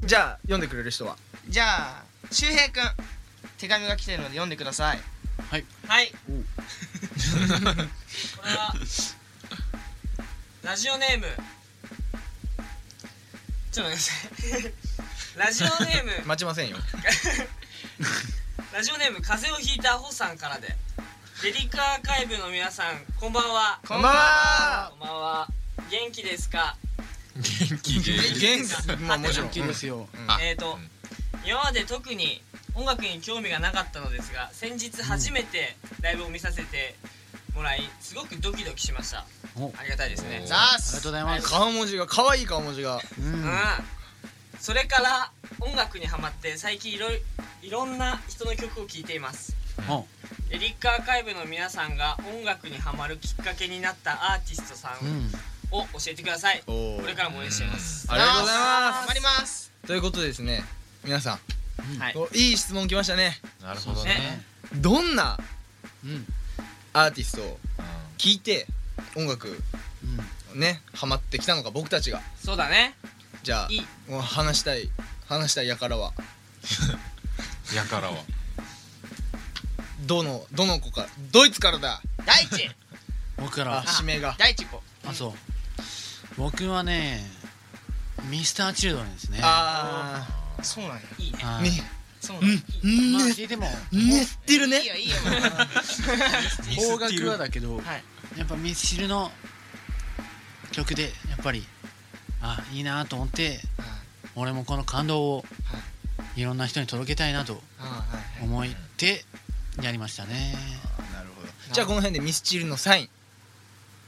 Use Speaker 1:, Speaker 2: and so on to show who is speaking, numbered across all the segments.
Speaker 1: じゃあ読んでくれる人は
Speaker 2: じゃあ周平くん手紙が来てるので読んでください
Speaker 3: はい
Speaker 4: はい。これはラジオネーム。ちょっと待ってください。ラジオネーム、
Speaker 1: 待ちませんよ
Speaker 4: ラジオネーム風邪をひいたアホさんからで。デリカアーカイブの皆さん、こんばんは。
Speaker 1: こんばんは
Speaker 4: こんばんは。元気ですか。
Speaker 3: 元気で
Speaker 1: 元気まあもちろん
Speaker 3: 元気ですよ
Speaker 1: あ
Speaker 4: えーと、今まで特に音楽に興味がなかったのですが先日初めてライブを見させてもらいすごくドキドキしました
Speaker 3: お
Speaker 4: ありがたいですね
Speaker 3: お
Speaker 4: ざ
Speaker 2: ザー
Speaker 3: ありがとうご
Speaker 2: ス
Speaker 3: ざいます
Speaker 1: 顔文字が可愛い顔文字が
Speaker 3: う
Speaker 4: うんんそれから音楽にハマって最近いろいいろんな人の曲を聴いています
Speaker 3: お
Speaker 4: エリックアーカイブの皆さんが音楽にハマるきっかけになったアーティストさ
Speaker 3: うんん
Speaker 4: を教えてくださいこ
Speaker 1: おー
Speaker 4: れからも応援しています
Speaker 1: ありがとうござい
Speaker 2: 頑
Speaker 1: ま
Speaker 2: 張ります
Speaker 1: すということでですね皆さん、
Speaker 4: はい
Speaker 1: おいい質問来ましたね
Speaker 5: なるほど
Speaker 4: ね
Speaker 5: ね
Speaker 1: どんな
Speaker 3: うんうん
Speaker 1: アーティストを聞いて音楽ねハマってきたのか僕たちが
Speaker 4: そうだね
Speaker 1: じゃあ
Speaker 4: いい
Speaker 1: もう話したい話したいやからは
Speaker 5: うんやからは
Speaker 1: どのどの子かドイツからだ
Speaker 2: 第一
Speaker 3: 僕から
Speaker 1: あ指名が
Speaker 2: 第一個
Speaker 3: あそう僕はねミスターチルドレンですね
Speaker 1: あ
Speaker 2: そうなんや
Speaker 4: いいね
Speaker 3: は
Speaker 1: あ
Speaker 3: い
Speaker 1: ね
Speaker 2: そうなんや
Speaker 3: まあ
Speaker 1: ね
Speaker 3: 聞いても
Speaker 1: ねってるね
Speaker 2: いいよいいよ
Speaker 3: 方角はだけど、
Speaker 2: はい
Speaker 3: やっぱミスチルの曲でやっぱりあいいなと思って俺もこの感動を
Speaker 2: はい
Speaker 3: ろんな人に届けたいなと
Speaker 2: ああはいはい
Speaker 3: 思ってやりましたね
Speaker 1: なるほどじゃあこの辺でミスチルのサイン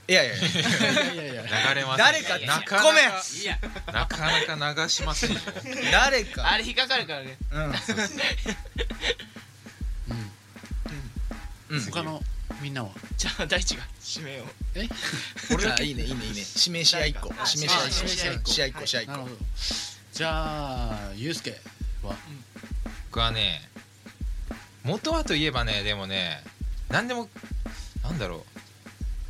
Speaker 1: いやいやいや
Speaker 3: いやいやいや
Speaker 5: 流れません
Speaker 1: 誰か
Speaker 4: いやいや
Speaker 1: 突っ込め
Speaker 4: いいや
Speaker 5: なかなか流しませんよ
Speaker 1: 誰
Speaker 2: あ
Speaker 1: か
Speaker 2: れ引っかかるからね
Speaker 1: うんうん
Speaker 3: 他のみんなは
Speaker 2: じゃあ第一が指名を
Speaker 1: 俺だけいいねいいねいいね指名し合いっ個
Speaker 2: 誰か
Speaker 1: 指名し合い
Speaker 2: あ指
Speaker 1: っ個
Speaker 2: 名し合いっ
Speaker 3: 個
Speaker 1: 試合っ個試合っ
Speaker 3: なるほ
Speaker 1: 個
Speaker 3: どじゃあゆうすけは
Speaker 5: 僕はね元はといえばねでもね何でもなんだろう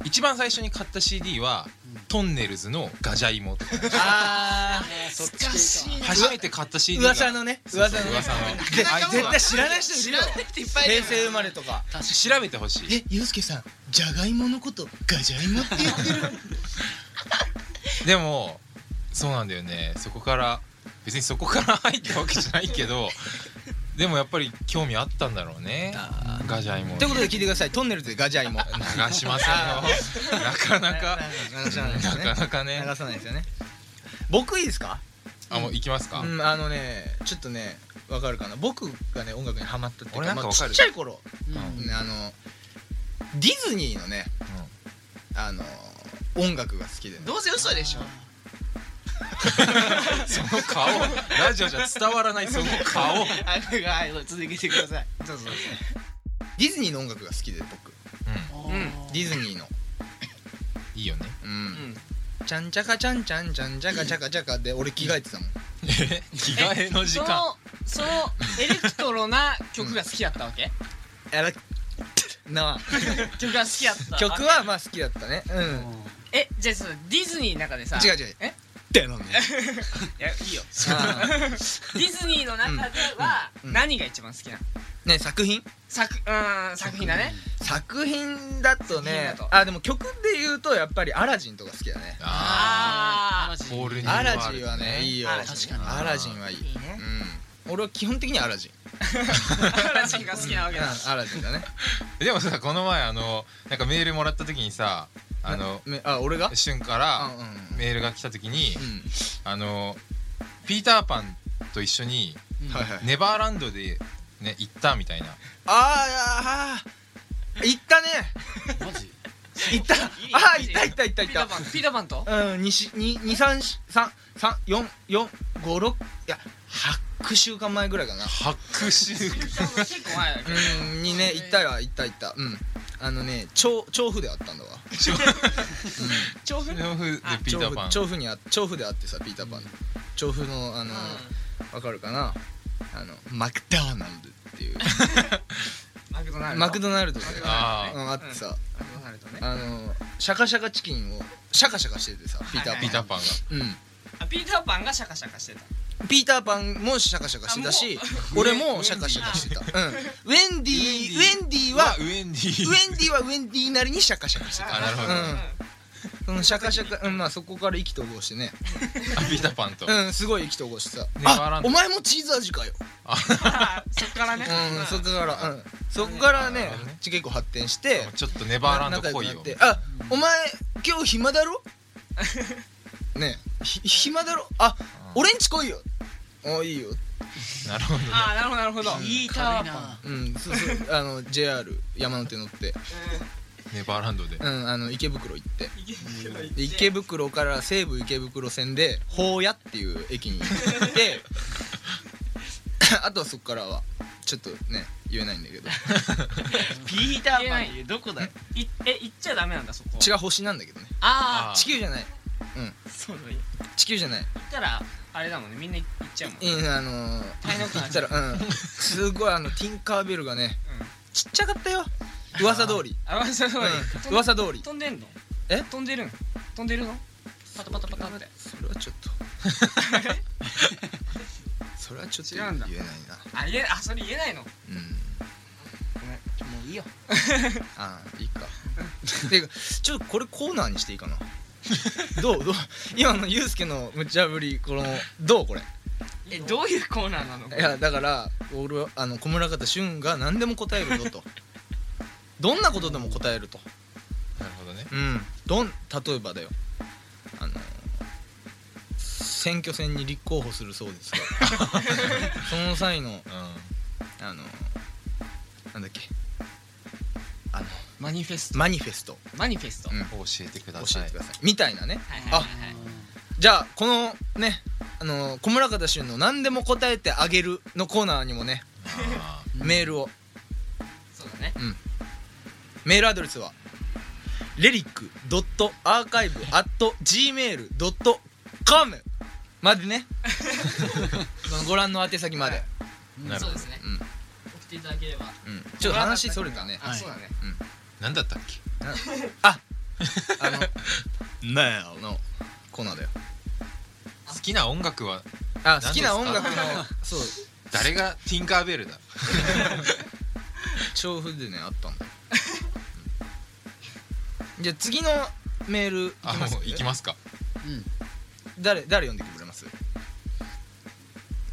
Speaker 5: 一番最初に買った CD は、
Speaker 3: うん
Speaker 5: トンネルズの「ガジャイモ」とか
Speaker 1: あ
Speaker 3: そっ
Speaker 2: 懐かしい
Speaker 5: 初めて買った CD
Speaker 1: ー
Speaker 5: が
Speaker 1: 噂のね 噂のね
Speaker 5: 噂の
Speaker 1: で絶対知らない人い
Speaker 2: 知
Speaker 1: るよ
Speaker 2: らない人いっぱいいる
Speaker 1: 平
Speaker 2: よ
Speaker 1: 成生まれとか
Speaker 5: 調べてほしい
Speaker 1: えゆうすけさんじゃがいものことガジャイモって言ってる
Speaker 5: でもそうなんだよねそこから別にそこから入ったわけじゃないけどでもやっぱり興味あったんだろうねガジャイモ
Speaker 1: ということで聞いてくださいトンネルズでガジャイモ
Speaker 5: 流しませんよなかなか
Speaker 1: 流さないですね
Speaker 5: なかなかね
Speaker 1: 流さないですよね僕いいですか
Speaker 5: あもう行きますか、
Speaker 1: うんあのねちょっとねわかるかな僕がね音楽にハマったっていう
Speaker 5: 俺なんか
Speaker 1: まあ
Speaker 5: わかる
Speaker 1: ちっちゃい頃
Speaker 3: うん
Speaker 5: う
Speaker 1: ねあのディズニーのねあの音楽が好きでね
Speaker 2: どうせ嘘でしょ
Speaker 5: その顔ラジオじゃ伝わらないその顔
Speaker 2: あはい続けてください
Speaker 1: そうそうそうディズニーの音楽が好きで僕ディズニーの
Speaker 5: い いよね
Speaker 1: うん、
Speaker 2: うん
Speaker 1: ちゃんちゃかちゃんちゃんちゃんちゃかちゃかちゃかで俺着替えてたもん
Speaker 5: え着替えの時間
Speaker 4: そのエレクトロな曲が好きだったわ け
Speaker 1: やらな
Speaker 4: 曲が好きだった
Speaker 1: あ曲はまあ好きだったねうん
Speaker 4: えじゃあそのディズニーの中でさ
Speaker 1: 違う違う
Speaker 4: え
Speaker 1: だ よね
Speaker 4: いやいいよ
Speaker 1: あ
Speaker 4: ディズニーの中では
Speaker 1: うんうん
Speaker 4: 何が一番好きな
Speaker 1: ー
Speaker 4: の
Speaker 1: ね作品
Speaker 4: 作うーん作品だね
Speaker 1: 作品だとね
Speaker 4: 作品だと
Speaker 1: あでも曲で言うとやっぱりアラジンとか好きだね
Speaker 4: あ
Speaker 3: ー
Speaker 5: ボールに
Speaker 1: アラジンはねいいよ
Speaker 4: あ
Speaker 3: 確かに
Speaker 1: アラジンはいい
Speaker 2: いいね
Speaker 1: うん俺は基本的にアラジン
Speaker 4: アラジンが好きなわけだ
Speaker 1: うんアラジンだね
Speaker 5: でもさこの前あのなんかメールもらった時にさあの
Speaker 1: めあ俺が
Speaker 5: 旬から
Speaker 1: うんうん
Speaker 5: メールが来た時に
Speaker 1: うん
Speaker 5: あのピーターパンと一緒に
Speaker 1: はいはい
Speaker 5: ネバーランドでね行ったみたいな
Speaker 1: あーあー行ったね
Speaker 3: マジ
Speaker 1: 行った
Speaker 4: いい
Speaker 1: あー行った行った行った
Speaker 4: ピー
Speaker 1: 行
Speaker 4: ター
Speaker 1: った
Speaker 4: パンピーターパ ンと
Speaker 1: うん二し二二三し三三四四五六いや八週間前ぐらいかな
Speaker 5: 拍手
Speaker 4: 結構前だけど
Speaker 1: うんにね行ったら行った行ったうんあのね調調布であったんだわ
Speaker 4: 調布
Speaker 5: の風でピーターパン
Speaker 1: 調布調布にあ調布であってさピーターパン調布のあの
Speaker 4: マ
Speaker 1: わかるかなあのマクダーナルドっていう
Speaker 4: クドナルド
Speaker 1: マクドナルドで
Speaker 5: あ
Speaker 1: うんあってさ
Speaker 4: マクドナルドね
Speaker 1: あのシャカシャカチキンをシャカシャカしててさピーター
Speaker 5: ーピー
Speaker 1: パ
Speaker 5: ター
Speaker 1: ン
Speaker 5: パンが
Speaker 1: うん
Speaker 4: あピーターパンがシャカシャカしてた
Speaker 1: ピーターパンもシャカシャカしてたし俺もシャカシャカしてた、うん、ウェンディウェンディは
Speaker 5: ウェンデ
Speaker 1: ウ
Speaker 5: ィ
Speaker 1: ェンディはウェンディなりにシャカシャカしてた
Speaker 5: あなるほど
Speaker 1: うんそのシャカシャカ、うん、まあそこから意気投合してね
Speaker 5: あピーターパンと
Speaker 1: うんすごい意気投合してた
Speaker 5: ネバーラ
Speaker 1: あ
Speaker 5: ンド
Speaker 1: お前もチーズ味かよ
Speaker 4: そっからね
Speaker 1: うんそこからうんそこからね
Speaker 5: あーね
Speaker 1: 結構発展して
Speaker 5: ちょっとネバーランドっぽい
Speaker 1: な
Speaker 5: よ
Speaker 1: 仲良くなってあお前今日暇だ ろねえひ暇だろあ俺んち来いよあいいよ
Speaker 5: なるほどね
Speaker 4: ああなるほどなるほど
Speaker 3: いいターパ
Speaker 1: うんそうそう あの JR 山手乗って
Speaker 5: ネバーランドで
Speaker 1: うんあの池袋行って
Speaker 6: 池袋行っ
Speaker 1: で
Speaker 6: て
Speaker 1: 池袋から西武池袋線で宝屋っていう駅に行って あとはそこからはちょっとね言えないんだ けど
Speaker 4: ピーターパンってどこだよ
Speaker 6: いえ行っちゃダメなんだそこ
Speaker 1: 違う星なんだけどね
Speaker 6: ああ
Speaker 1: 地球じゃない
Speaker 4: そうだ
Speaker 1: 地球じゃない
Speaker 6: 行ったらあれだもんねみんな行っちゃうもん
Speaker 1: うんあのー、
Speaker 6: 大変なこと
Speaker 1: 言
Speaker 6: な
Speaker 1: っ
Speaker 6: ん
Speaker 1: た
Speaker 6: だ
Speaker 1: らうんすごいあのティンカーベルがね、
Speaker 6: うん
Speaker 1: ちっちゃかったよ噂通り
Speaker 6: あそうそう
Speaker 1: うん、噂通り
Speaker 6: 飛んでんの
Speaker 1: え
Speaker 6: 飛んでるん飛んでるのパタパタパタって
Speaker 1: それはちょっ とそれはちょっと
Speaker 6: 違うんだ
Speaker 1: 言えないな
Speaker 6: あ言えあそれ言えないの
Speaker 1: うん
Speaker 4: もういいよ
Speaker 1: ああいいかてかちょっとこれコーナーにしていいかなどうどう今のユうスケの無茶ぶりこのどうこれ
Speaker 4: えどういうコーナーなの
Speaker 1: いやだから俺はあの小村方俊が何でも答えるぞとどんなことでも答えると
Speaker 5: なるほどね
Speaker 1: うんどん例えばだよあの選挙戦に立候補するそう ですがその際の
Speaker 5: う
Speaker 1: あのなんだっけあの
Speaker 4: マニフェス
Speaker 1: マニフェスト
Speaker 4: マニフェスト
Speaker 1: うん
Speaker 5: ん教えてくだ
Speaker 1: 教
Speaker 5: さ
Speaker 1: え
Speaker 5: い
Speaker 1: てくださいみたいなね
Speaker 6: はい
Speaker 1: あ
Speaker 6: はいはいはい
Speaker 1: じゃあこのねあのー小村方俊の何でも答えてあげるのコーナーにもね、
Speaker 5: あ
Speaker 3: うん
Speaker 1: メールを
Speaker 6: そうだね
Speaker 1: メールアドレスはレリックドットアーカイブアット gmail ドットコムまでね そのご覧の宛先まで、
Speaker 6: はい
Speaker 5: ーなる
Speaker 6: そう
Speaker 5: ほ
Speaker 6: で
Speaker 5: ど
Speaker 6: すね
Speaker 1: うん
Speaker 6: 送っていただければ
Speaker 1: うんちょっと話それたね
Speaker 4: あ
Speaker 3: はい
Speaker 4: そうだね
Speaker 5: 何だったっけ
Speaker 1: あの「Now」のコーナーだよ
Speaker 5: 好きな音楽は
Speaker 1: あ好きな音楽の
Speaker 5: 何で
Speaker 1: そう
Speaker 5: 誰がティンカーベルだ
Speaker 1: 調布でねあったんだようんじゃあ次のメールいき
Speaker 5: あ
Speaker 1: ま
Speaker 5: も
Speaker 1: す
Speaker 5: う行きますか
Speaker 3: うん
Speaker 1: 誰誰読んでくれます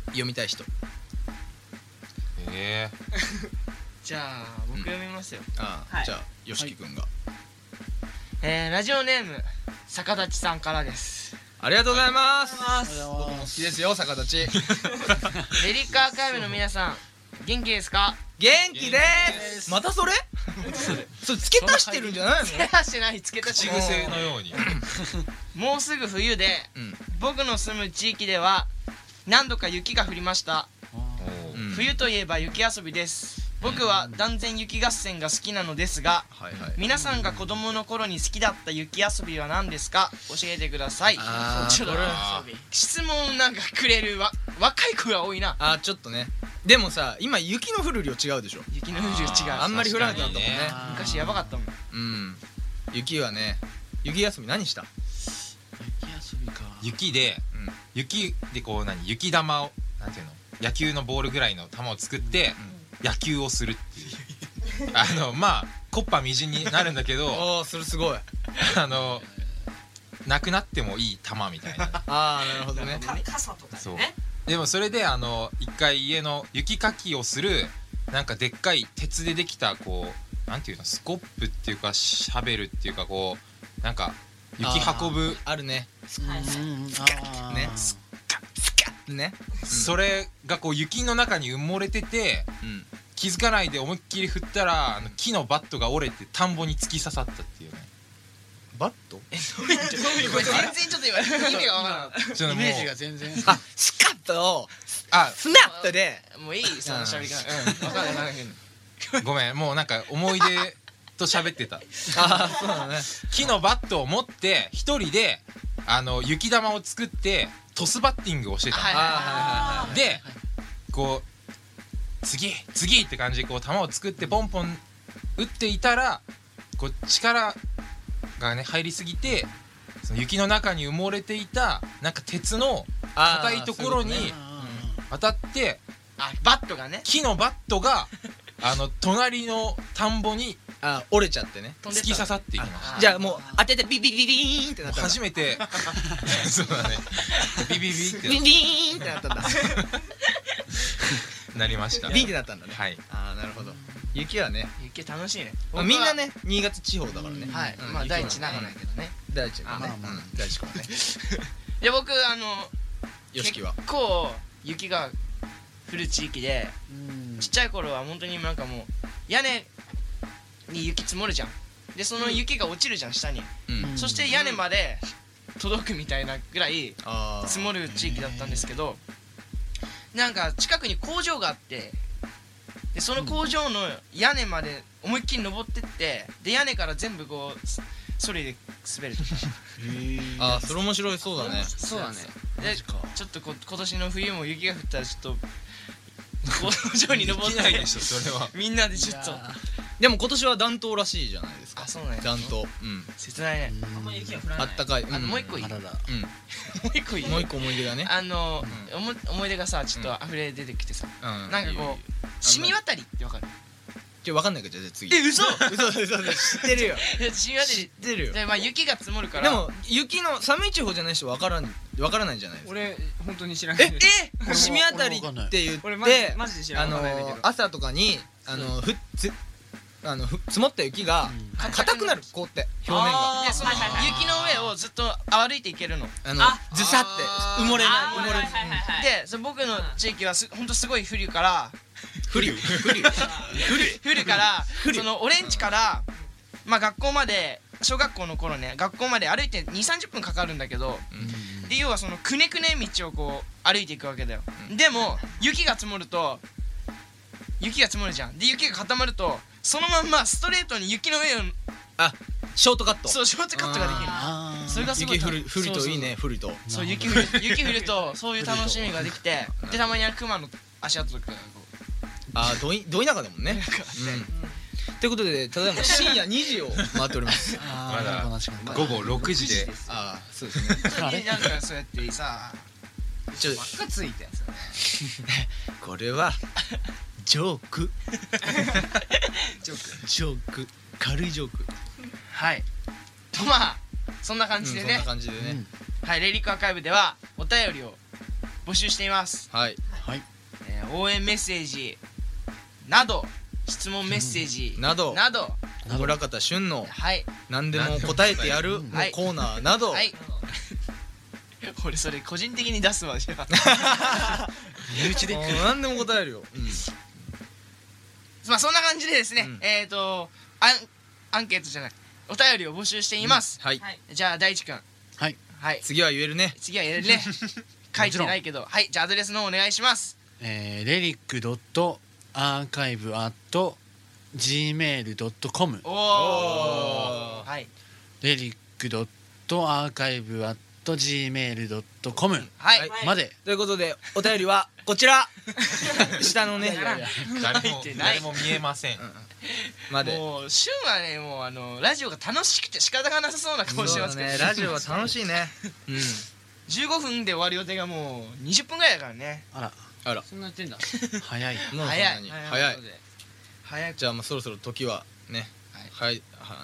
Speaker 1: 読みたい人
Speaker 5: え
Speaker 4: じゃあ僕読みますよ
Speaker 1: ああ、
Speaker 6: はい
Speaker 1: じゃあよしきくんが、
Speaker 4: えーラジオネーム坂立さんからです
Speaker 1: ありがとうございます
Speaker 6: あ
Speaker 3: それ
Speaker 6: ー
Speaker 1: 僕も好
Speaker 3: は
Speaker 1: きですよ逆立ち
Speaker 4: レリックアーカイブの皆さん元気で すか
Speaker 1: 元気ですまたそれ それ付け足してるんじゃないの
Speaker 4: 手はしないつけたし
Speaker 5: 口癖のように
Speaker 4: もうすぐ冬で
Speaker 1: うん、
Speaker 4: 僕の住む地域では何度か雪が降りました、
Speaker 5: おー
Speaker 1: うん
Speaker 4: 冬といえば雪遊びです僕は断然雪合戦が好きなのですが
Speaker 1: はいはい
Speaker 4: 皆さんが子供の頃に好きだった雪遊びは何ですか教えてください
Speaker 1: あー
Speaker 4: ちょっと
Speaker 1: これ
Speaker 5: あー
Speaker 4: 質問なんかくれるわ若い子が多いな
Speaker 1: ああちょっとねでもさ今雪の降る量違うでしょ
Speaker 4: 雪の風量違う
Speaker 1: あんまり降らなくなったもんね
Speaker 5: 確か
Speaker 3: あー
Speaker 4: 昔やばかったもん
Speaker 1: うん雪はね雪休み何した
Speaker 3: 雪遊びか
Speaker 5: 雪で
Speaker 1: うん
Speaker 5: 雪でこう何雪玉をなんていうの野球のボールぐらいの球を作って野球をするっていう あのまあコッパみじんになるんだ けど
Speaker 1: ああそれすごい
Speaker 5: あのなくなってもいい球みた いな
Speaker 1: ああなるほどね
Speaker 6: か傘とか
Speaker 5: そう
Speaker 6: ね
Speaker 5: でもそれであの一回家の雪かきをするなんかでっかい鉄でできたこうなんていうのスコップっていうかシャベルっていうかこうなんか雪運ぶ
Speaker 1: あるね
Speaker 6: はい
Speaker 3: うんうんあー
Speaker 1: ねスカッね
Speaker 5: それがこう雪の中に埋もれてて
Speaker 1: うん
Speaker 5: 気づかないで思いっきり振ったらあの木のバットが折れて田んぼに突き刺さったっていうね
Speaker 1: バット
Speaker 4: これ全然ちょっと言われ意味がわからなかっ
Speaker 5: ちょっ
Speaker 3: イ
Speaker 5: ともう
Speaker 3: メージが全然
Speaker 1: あスカッとを
Speaker 5: あ
Speaker 1: スナップで
Speaker 4: たもういいその喋り方うんわかんないなんか変な
Speaker 5: ごめんもうなんか思い出と喋ってた
Speaker 1: ああそうだね
Speaker 5: 木のバットを持って一人であの雪玉を作ってトスバッティングをしてたの
Speaker 4: はい
Speaker 1: ああはいはいはい
Speaker 5: でこう次次って感じでこう球を作ってポンポン打っていたらこう力がね入りすぎてその雪の中に埋もれていたなんか鉄の
Speaker 1: あー
Speaker 5: 硬いところ
Speaker 1: そういう
Speaker 5: に
Speaker 1: こ
Speaker 5: 渡って
Speaker 4: あバットがね
Speaker 5: 木のバット があの隣の田んぼに
Speaker 1: とねあー折れちゃってね
Speaker 5: 突き刺さっていきま
Speaker 4: あ
Speaker 5: し
Speaker 4: ー
Speaker 1: じゃあもう当ててビビビビーンってなったたんだ
Speaker 5: 初め てそうだねビビビって
Speaker 1: ビンビーンってなったんだ
Speaker 5: なりました
Speaker 1: ビンってなったんだね
Speaker 5: はい
Speaker 1: ああなるほど雪はね
Speaker 4: 雪楽しいね
Speaker 1: まあみんなね新潟地方だからね
Speaker 3: うん
Speaker 4: はい
Speaker 1: うん
Speaker 4: まあ
Speaker 1: 雪は
Speaker 4: 第一長野やけどね
Speaker 1: 大地はね
Speaker 3: あまあまあ
Speaker 1: うん大地君はね
Speaker 4: で僕あの
Speaker 1: よしきは
Speaker 4: 結構雪が降る地域で
Speaker 3: うん
Speaker 4: ちっちゃい頃は本当になんかもう屋根に雪積もるじゃんでその雪が落ちるじゃん下に、
Speaker 1: うん
Speaker 4: そして屋根まで届くみたいなぐらい
Speaker 1: あー
Speaker 4: 積もる地域だったんですけどなんか近くに工場があってでその工場の屋根まで思いっきり登ってってで屋根から全部こうすソリで滑るとか
Speaker 1: あーそれ面白いそうだね
Speaker 4: そうだね
Speaker 1: マ
Speaker 4: で
Speaker 1: ジか
Speaker 4: ちょっとこ今年の冬も雪が降ったらちょっと工場に
Speaker 5: で
Speaker 4: 登っ
Speaker 5: き
Speaker 4: て
Speaker 5: ないでしょそれは
Speaker 4: みんなでちょっと
Speaker 3: いや
Speaker 1: でも今年は暖冬らしいじゃないですか
Speaker 4: あそうなんや
Speaker 1: 暖冬うん
Speaker 4: 切ないね
Speaker 3: ー
Speaker 6: あんまり雪が降らな
Speaker 1: あ
Speaker 6: い
Speaker 1: ったかい
Speaker 4: あともう一個いい
Speaker 3: あらら
Speaker 1: うん
Speaker 4: もう一個いい
Speaker 1: もう一個思い出だね
Speaker 4: あの
Speaker 1: う
Speaker 4: おも思い出がさちょっ
Speaker 1: う
Speaker 4: と溢れ出てきてさ
Speaker 1: な
Speaker 4: なんかこう染み渡りってわかる
Speaker 1: じゃ分かんないからじゃあ次
Speaker 4: え嘘
Speaker 1: 嘘嘘嘘知ってるよ
Speaker 4: 染み渡
Speaker 1: 知っ
Speaker 4: り
Speaker 1: てるよ
Speaker 4: でまあ雪が積もるか
Speaker 1: で
Speaker 4: ら
Speaker 1: も雪の寒い地方じゃない人分からん分からないじゃないですか
Speaker 7: 俺本当に知らな
Speaker 1: え
Speaker 7: いです
Speaker 1: え染み当たりって言っ
Speaker 7: 俺マジ
Speaker 1: て
Speaker 7: マジで知ら
Speaker 1: あ
Speaker 7: な
Speaker 1: の
Speaker 7: いんだけど
Speaker 1: ー朝とかにあのーふっつあのふ積もった雪が
Speaker 3: うん
Speaker 1: か硬くなる凍って表面が
Speaker 6: あー
Speaker 4: でその
Speaker 6: はいはいはい
Speaker 4: 雪の上をずっと歩いていけるの
Speaker 1: あの
Speaker 6: あ
Speaker 1: ずさって埋もれない
Speaker 6: あー
Speaker 1: 埋もれ
Speaker 6: はい
Speaker 1: ない
Speaker 6: はいはいはい
Speaker 4: でその僕の地域はすほんとすごい降るから
Speaker 1: 不流不流
Speaker 4: 降るからそのオレンジからまあ学校まで小学校の頃ね学校まで歩いて2 3 0分かかるんだけどで要はそのくねくね道をこう歩いていくわけだよ
Speaker 1: うん
Speaker 4: でも雪が積もると雪が積もるじゃんで雪が固まるとそのまんまストレートに雪の上を
Speaker 1: ショートカット
Speaker 4: そうショートカットができる
Speaker 3: あー
Speaker 4: それがすごい
Speaker 1: 雪降る降るといいね降ると
Speaker 4: そう
Speaker 3: なる
Speaker 4: 雪
Speaker 3: ほ
Speaker 4: 降る雪降るとそういう楽しみができて
Speaker 1: ほど
Speaker 4: でたまには熊の足跡とかがこ
Speaker 1: あーどいど田舎だもんねうんということでただいま深夜2時を回っております
Speaker 3: あ
Speaker 5: ま
Speaker 3: ー
Speaker 5: だ
Speaker 3: なるほど確かに
Speaker 5: 午後6時で
Speaker 1: ああそうですね
Speaker 4: う本当になんかそうやってさ
Speaker 1: ちょっと
Speaker 7: 輪っかついたやつだね
Speaker 1: これはジョーク
Speaker 7: ジョー
Speaker 1: ジョーク軽いジョーク
Speaker 4: はいとまあそんな
Speaker 1: う
Speaker 4: 感
Speaker 1: ん
Speaker 4: じで
Speaker 1: そんな
Speaker 4: ね、
Speaker 1: 感じで
Speaker 3: う
Speaker 1: ね
Speaker 3: ん
Speaker 4: はいレリックアーカイブではお便りを募集しています、
Speaker 1: はい
Speaker 3: はい
Speaker 4: えー応援メッセージなど質問メッセージ
Speaker 1: など
Speaker 4: など
Speaker 1: 小倉方俊の
Speaker 4: はい
Speaker 1: 何でも答えてやる
Speaker 3: うん
Speaker 1: のコーナーなど、
Speaker 4: はい 俺それ個人的に出 すわじゃあ身内
Speaker 1: もう何でも答えるよ、
Speaker 4: まあそんな感じでですね、
Speaker 1: うん
Speaker 4: えっ、ー、とアンアンケートじゃないお便りを募集しています、
Speaker 1: はい
Speaker 6: はい
Speaker 4: じゃあ大地君
Speaker 3: はい
Speaker 4: はい
Speaker 1: 次は言えるね
Speaker 4: 次は やるね書いてないけどはいじゃあアドレスの方お願いします
Speaker 3: えーレリックドットアーカイブアット gmail.com
Speaker 4: おー
Speaker 1: おー
Speaker 4: はい
Speaker 3: レリックドットアーカイブアット gmail.com
Speaker 4: はい、
Speaker 1: はい
Speaker 3: まで
Speaker 1: ということでお便りはこち ら下のね
Speaker 5: 誰も
Speaker 4: 入ってない
Speaker 5: 誰も見えません
Speaker 1: まで
Speaker 4: もう旬はねもうあのラジオが楽しくて仕方がなさそうな顔してますけど、
Speaker 1: そうだねラジ オは楽しいねうん
Speaker 4: 15分で終わる予定がもう20分ぐらいだからね
Speaker 3: あら
Speaker 7: そんなやってんだ
Speaker 3: 早い
Speaker 1: もうそんな
Speaker 4: 早い
Speaker 1: に
Speaker 7: はい
Speaker 1: 早い
Speaker 7: とうことで
Speaker 4: 早く
Speaker 1: じゃあもうそろそろ時はねはい、は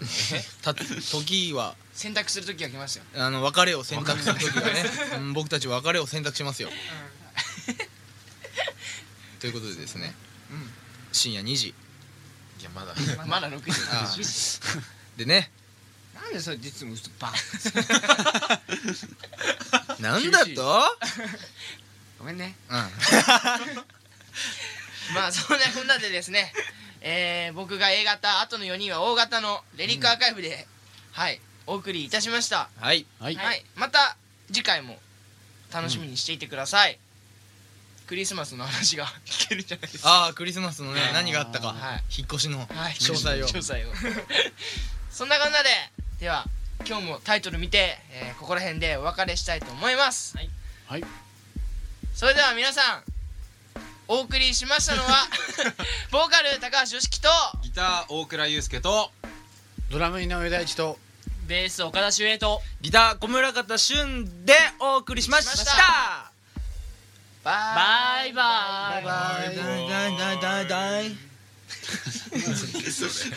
Speaker 1: た時は
Speaker 4: 選択する時が来ま すよ
Speaker 1: あの別れを選択する時がね、うん僕たちは別れを選択しますよ。ということでですね、深夜2時
Speaker 5: いやまだ
Speaker 4: ままだ6時
Speaker 1: あーでね
Speaker 7: なんでそれ実務バン
Speaker 1: なんだと、
Speaker 7: 厳しいごめんね
Speaker 1: う
Speaker 4: まあそんなこんなでですね、えー、僕が A 型あとの4人は O 型のレリックアーカイブで、はいお送りいたしました、
Speaker 1: ん、はい
Speaker 3: はい
Speaker 4: はいまた次回も楽しみにしていてください、クリスマスの話が聞けるじゃないですか
Speaker 1: ああクリスマスのね何があったか、
Speaker 4: はい
Speaker 1: 引っ越しの
Speaker 4: はい
Speaker 1: 詳細を、
Speaker 4: 詳細を そんなこんなででは今日もタイトル見て、えーここら辺でお別れしたいと思います
Speaker 6: はい
Speaker 3: はい
Speaker 4: それでは皆さんお送りしましたの はボーカル高橋良樹と
Speaker 5: ギター大倉祐介と
Speaker 3: ドラム井上大地と
Speaker 6: ベース岡田修平と
Speaker 1: ギター小村方俊でお送りしました
Speaker 4: しましたバ
Speaker 3: バ
Speaker 4: イ
Speaker 3: イ
Speaker 4: バ
Speaker 3: バ
Speaker 4: イ
Speaker 3: イ
Speaker 1: だいだいだいだいだい
Speaker 7: それ